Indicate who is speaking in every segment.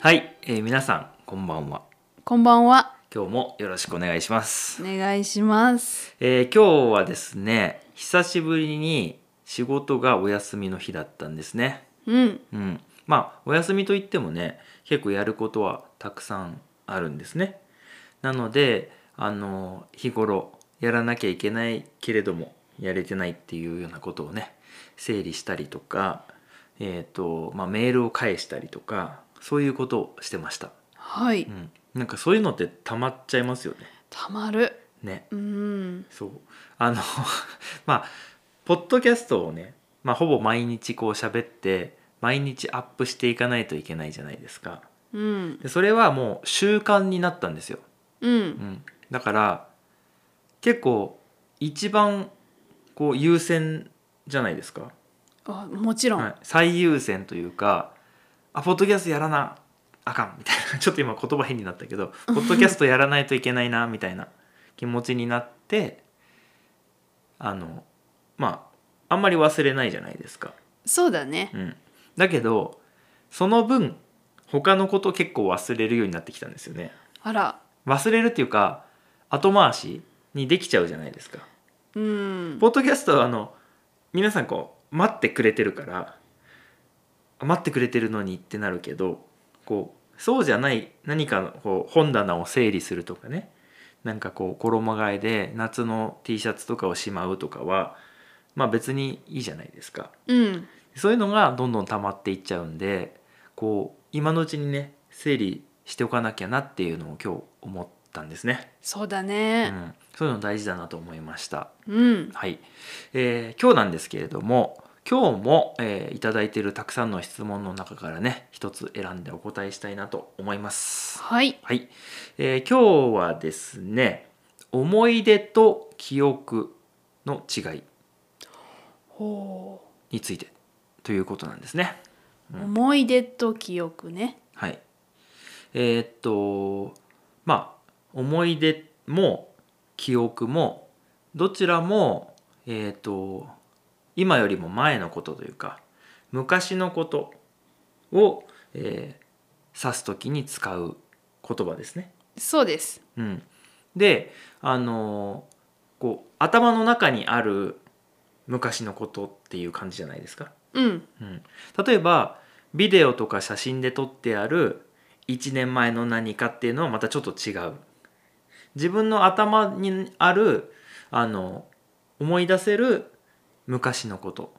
Speaker 1: はい、えー皆さんこんばんは。
Speaker 2: こんばんは。
Speaker 1: 今日もよろしくお願いします。
Speaker 2: お願いします。
Speaker 1: えー今日はですね、久しぶりに仕事がお休みの日だったんですね。
Speaker 2: うん。
Speaker 1: うん。まあお休みといってもね、結構やることはたくさんあるんですね。なので、あの日頃やらなきゃいけないけれどもやれてないっていうようなことをね、整理したりとか、えっ、とまあメールを返したりとか、そういうことをしてました。。
Speaker 2: はいう
Speaker 1: ん、なんかそういうのって溜まっちゃいますよね。
Speaker 2: たまる。
Speaker 1: ね、
Speaker 2: うん。
Speaker 1: そうあの まあポッドキャストをね、まあ、ほぼ毎日こう喋って毎日アップしていかないといけないじゃないですか。
Speaker 2: うん。
Speaker 1: でそれはもう習慣になったんですよ。
Speaker 2: う。
Speaker 1: うんん、だから結構一番こう優先じゃないですか。
Speaker 2: あ、もちろん。
Speaker 1: はい、最優先というかあポッドキャストやらなあかんみたいな ちょっと今言葉変になったけどポッドキャストやらないといけないなみたいな気持ちになってあのまああんまり忘れないじゃないですか。
Speaker 2: そうだね。
Speaker 1: うん、だけどその分他のこと結構忘れるようになってきたんですよね。
Speaker 2: あら。
Speaker 1: 忘れるっていうか後回しにできちゃうじゃないですか。
Speaker 2: うん。
Speaker 1: ポッドキャストはあの皆さんこう待ってくれてるからあ待ってくれてるのにってなるけどこうそうじゃない何かのこう本棚を整理するとかねなんかこう衣替えで夏の T シャツとかをしまうとかはまあ別にいいじゃないですか
Speaker 2: うん。
Speaker 1: そういうのがどんどん溜まっていっちゃうんでこう今のうちにね整理しておかなきゃなっていうのを今日思ったんですね、
Speaker 2: そうだ
Speaker 1: う
Speaker 2: ね。
Speaker 1: ん、そういうの大事だなと思いました
Speaker 2: うん。
Speaker 1: はい、えー今日なんですけれども今日も、えーいただいているたくさんの質問の中からね一つ選んでお答えしたいなと思います。
Speaker 2: はい。
Speaker 1: はい、えー今日はですね思い出と記憶の違い
Speaker 2: ほ
Speaker 1: についてということなんですね。
Speaker 2: う。
Speaker 1: うん
Speaker 2: 思い出と記憶ね。
Speaker 1: はい、えーっとまあ思い出も記憶もどちらもえーっと今よりも前のことというか昔のことを、えー指す時に使う言葉ですね。
Speaker 2: そうです。
Speaker 1: うん、であのーこう頭の中にある昔のことっていう感じじゃないですか。
Speaker 2: うん。
Speaker 1: うん、例えばビデオとか写真で撮ってある1年前の何かっていうのはまたちょっと違う自分の頭にあるあの思い出せる昔のこと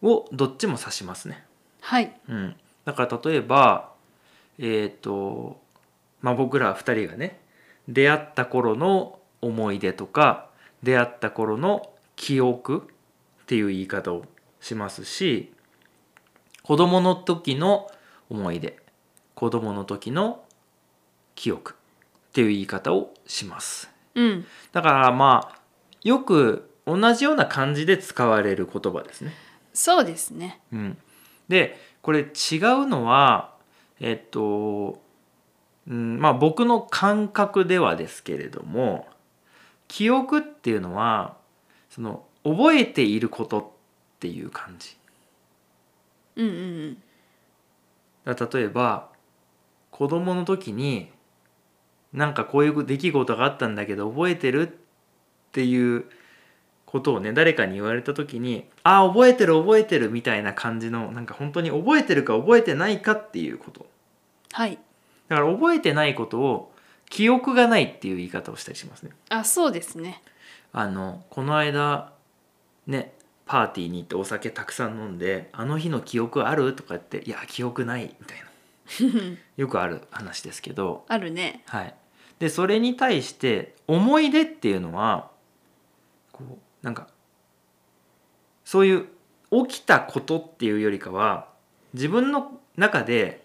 Speaker 1: をどっちも指しますね、
Speaker 2: はい。
Speaker 1: うん、だから例えばえっ、とまあ僕ら2人がね出会った頃の思い出とか出会った頃の記憶っていう言い方をしますし子供の時の思い出子供の時の記憶っていう言い方をします
Speaker 2: うん。
Speaker 1: だからまあよく同じような感じで使われる言葉ですね
Speaker 2: そうですね。
Speaker 1: うん、でこれ違うのはえっと、うん、まあ僕の感覚ではですけれども記憶っていうのはその覚えていることっていう感じ
Speaker 2: うんうんうん。
Speaker 1: だから例えば子供の時になんかこういう出来事があったんだけど覚えてるっていうことをね誰かに言われた時に「ああ覚えてる覚えてる」みたいな感じのなんか本当に覚えてるか覚えてないかっていうこと
Speaker 2: はい。
Speaker 1: だから覚えてないことを記憶がないっていう言い方をしたりしますね。
Speaker 2: あ、そうですね。
Speaker 1: あのこの間ねパーティーに行ってお酒たくさん飲んで「あの日の記憶ある?」とか言って「いや記憶ない」みたいなよくある話ですけど
Speaker 2: あるね。
Speaker 1: はい、でそれに対して思い出っていうのはこうなんかそういう起きたことっていうよりかは自分の中で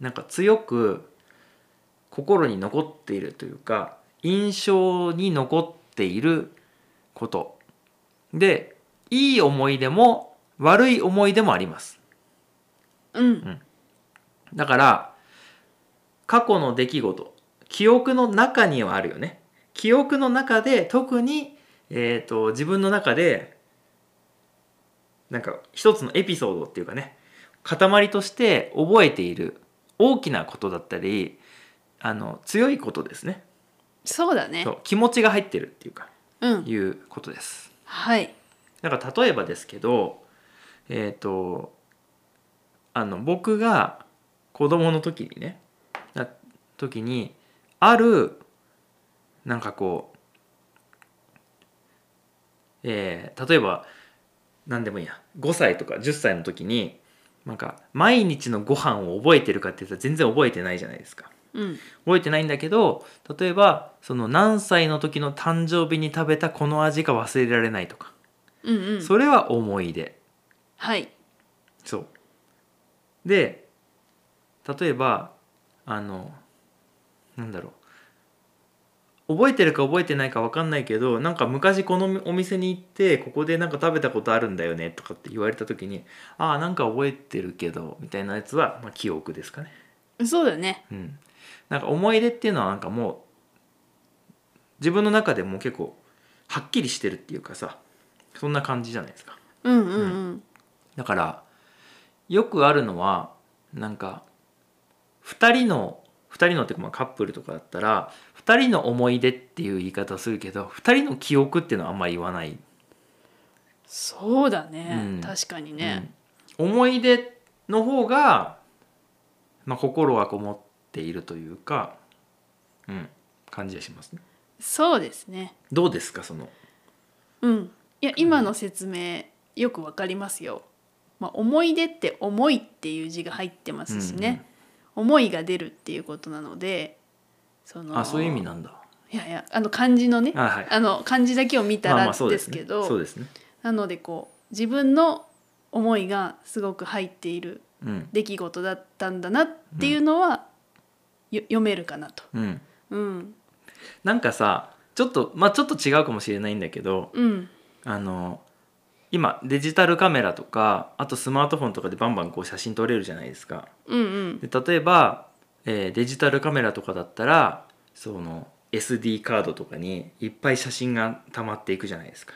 Speaker 1: なんか強く心に残っているというか印象に残っていることでいい思い出も悪い思い出もあります。
Speaker 2: うん。
Speaker 1: だから過去の出来事記憶の中にはあるよね記憶の中で特に、えー、と自分の中でなんか一つのエピソードっていうかね塊として覚えている大きなことだったりあの強いことですね
Speaker 2: そうだね
Speaker 1: そう気持ちが入ってるっていうか
Speaker 2: うん
Speaker 1: いうことです
Speaker 2: はい
Speaker 1: だから例えばですけどえっ、とあの僕が子供の時にねな時にあるなんかこう、えー例えば何でもいいや5歳とか10歳の時になんか毎日のご飯を覚えてるかって言ったら全然覚えてないじゃないですか。
Speaker 2: うん
Speaker 1: 覚えてないんだけど例えばその何歳の時の誕生日に食べたこの味が忘れられないとか
Speaker 2: うんうん
Speaker 1: それは思い出
Speaker 2: はい
Speaker 1: そうで例えばあのなんだろう覚えてるか覚えてないか分かんないけどなんか昔このお店に行ってここでなんか食べたことあるんだよねとかって言われた時にああなんか覚えてるけどみたいなやつは、まあ、記憶ですかね
Speaker 2: そうだね
Speaker 1: うんなんか思い出っていうのはなんかもう自分の中でもう結構はっきりしてるっていうかさそんな感じじゃないですか
Speaker 2: うんうんうん
Speaker 1: だからよくあるのはなんか2人の2人のっていうかまあカップルとかだったら2人の思い出っていう言い方をするけど2人の記憶っていうのはあんまり言わない、
Speaker 2: そうだ
Speaker 1: う
Speaker 2: ね
Speaker 1: ん
Speaker 2: 確かにね
Speaker 1: うん思い出の方が、まあ、心がこもっているというか、うん、感じがしますね。
Speaker 2: そうですね
Speaker 1: どうですかその
Speaker 2: うんいや今の説明よくわかりますよまあ思い出って思いっていう字が入ってますしね思いが出るっていうことなのでそ
Speaker 1: うんう
Speaker 2: の
Speaker 1: んあそういう意味なんだ
Speaker 2: いやいやあの漢字のね
Speaker 1: あはい
Speaker 2: あの漢字だけを見たら
Speaker 1: そう
Speaker 2: ですけど、
Speaker 1: ね、そうですね
Speaker 2: なのでこう自分の思いがすごく入っている
Speaker 1: うん
Speaker 2: 出来事だったんだなっていうのは、よ読めるかなと。
Speaker 1: うん
Speaker 2: うん
Speaker 1: なんかさちょっとまあちょっと違うかもしれないんだけど
Speaker 2: うん
Speaker 1: あの今デジタルカメラとかあとスマートフォンとかでバンバンこう写真撮れるじゃないですか。
Speaker 2: うんうん
Speaker 1: で例えば、えーデジタルカメラとかだったらその SD カードとかにいっぱい写真が溜まっていくじゃないですか。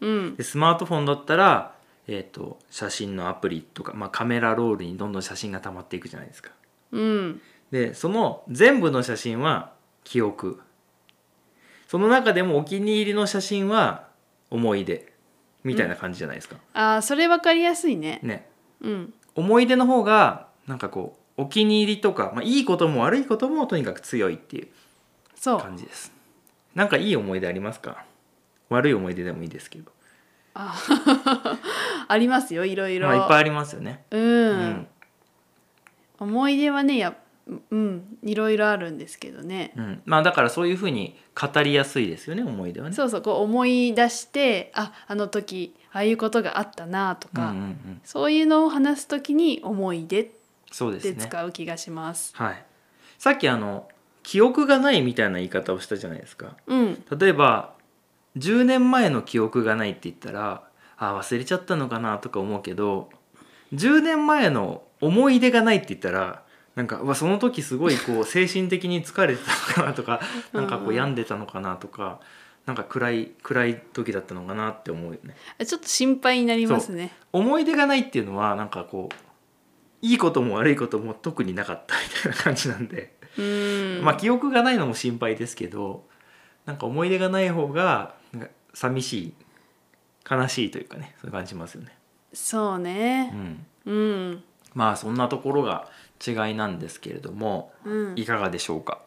Speaker 2: うん
Speaker 1: でスマートフォンだったら、えー、と写真のアプリとか、まあ、カメラロールにどんどん写真が溜まっていくじゃないですか。
Speaker 2: うん
Speaker 1: でその全部の写真は記憶その中でもお気に入りの写真は思い出みたいな感じじゃないですか、
Speaker 2: あーそれわかりやすいね。
Speaker 1: ね
Speaker 2: うん
Speaker 1: 思い出の方がなんかこうお気に入りとか、まあ、いいことも悪いこともとにかく強いっていう
Speaker 2: そう
Speaker 1: 感じですなんかいい思い出ありますか悪い思い出でもいいですけど、
Speaker 2: ありますよいろいろ。
Speaker 1: まあ、いっぱいありますよね
Speaker 2: うん
Speaker 1: うん、
Speaker 2: 思い出はねやうんいろいろあるんですけどね。
Speaker 1: うん、まあだからそういうふうに語りやすいですよね思い出はね
Speaker 2: そうそうこう思い出してああの時ああいうことがあったなと
Speaker 1: うんうん
Speaker 2: か、
Speaker 1: うん、
Speaker 2: そういうのを話すときに思い出っ
Speaker 1: そうです
Speaker 2: て
Speaker 1: ね
Speaker 2: 使う気がします。
Speaker 1: はい、さっきあの記憶がないみたいな言い方をしたじゃないですか
Speaker 2: うん、
Speaker 1: 例えば10年前の記憶がないって言ったらあ忘れちゃったのかなとか思うけど10年前の思い出がないって言ったらなんかうわその時すごいこう精神的に疲れてたのかなとかなんかこ
Speaker 2: う
Speaker 1: うん病んでたのかなとかなんか暗い暗い時だったのかなって思うよね。
Speaker 2: ちょっと心配になりますね。
Speaker 1: 思い出がないっていうのはなんかこういいことも悪いことも特になかったみたいな感じなんで。
Speaker 2: うん、
Speaker 1: まあ記憶がないのも心配ですけどなんか思い出がない方がなんか寂しい悲しいというかねそう感じますよね、
Speaker 2: そう
Speaker 1: う
Speaker 2: ね。
Speaker 1: ん、
Speaker 2: うん、
Speaker 1: まあそんなところが違いなんですけれども
Speaker 2: うん、
Speaker 1: いかがでしょうか、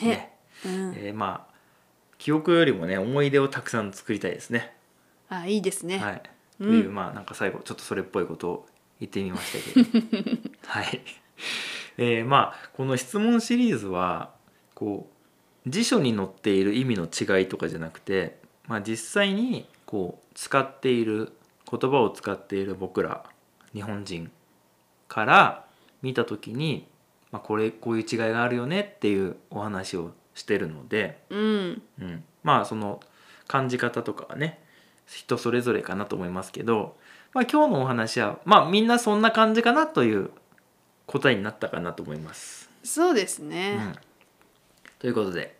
Speaker 2: ね、うん、
Speaker 1: えーまあ記憶よりもね思い出をたくさん作りたいですね
Speaker 2: あいいですね。
Speaker 1: はい、
Speaker 2: うん
Speaker 1: というまあなんか最後ちょっとそれっぽいことを言ってみましたけど はい、えーまあこの質問シリーズはこう辞書に載っている意味の違いとかじゃなくて、まあ、実際にこう使っている言葉を使っている僕ら日本人から見た時に、まあ、これこういう違いがあるよねっていうお話をしてるので。
Speaker 2: うん、
Speaker 1: うん、まあその感じ方とかはね人それぞれかなと思いますけど、まあ、今日のお話はまあみんなそんな感じかなという答えになったかなと思います。
Speaker 2: そうです
Speaker 1: う
Speaker 2: ね。
Speaker 1: ん、ということで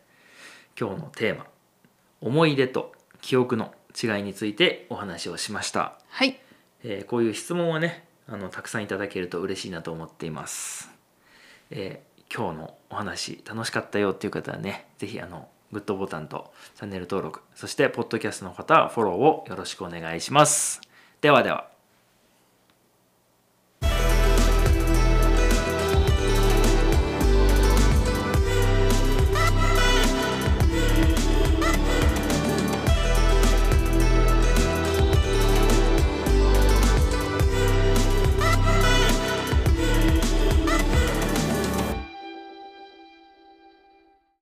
Speaker 1: 今日のテーマ「思い出と記憶の違い」についてお話をしました。
Speaker 2: はい、
Speaker 1: えーこういう質問はねあのたくさんいただけると嬉しいなと思っています。えー今日のお話楽しかったよっていう方はねぜひあのグッドボタンとチャンネル登録そしてポッドキャストの方はフォローをよろしくお願いしますではでは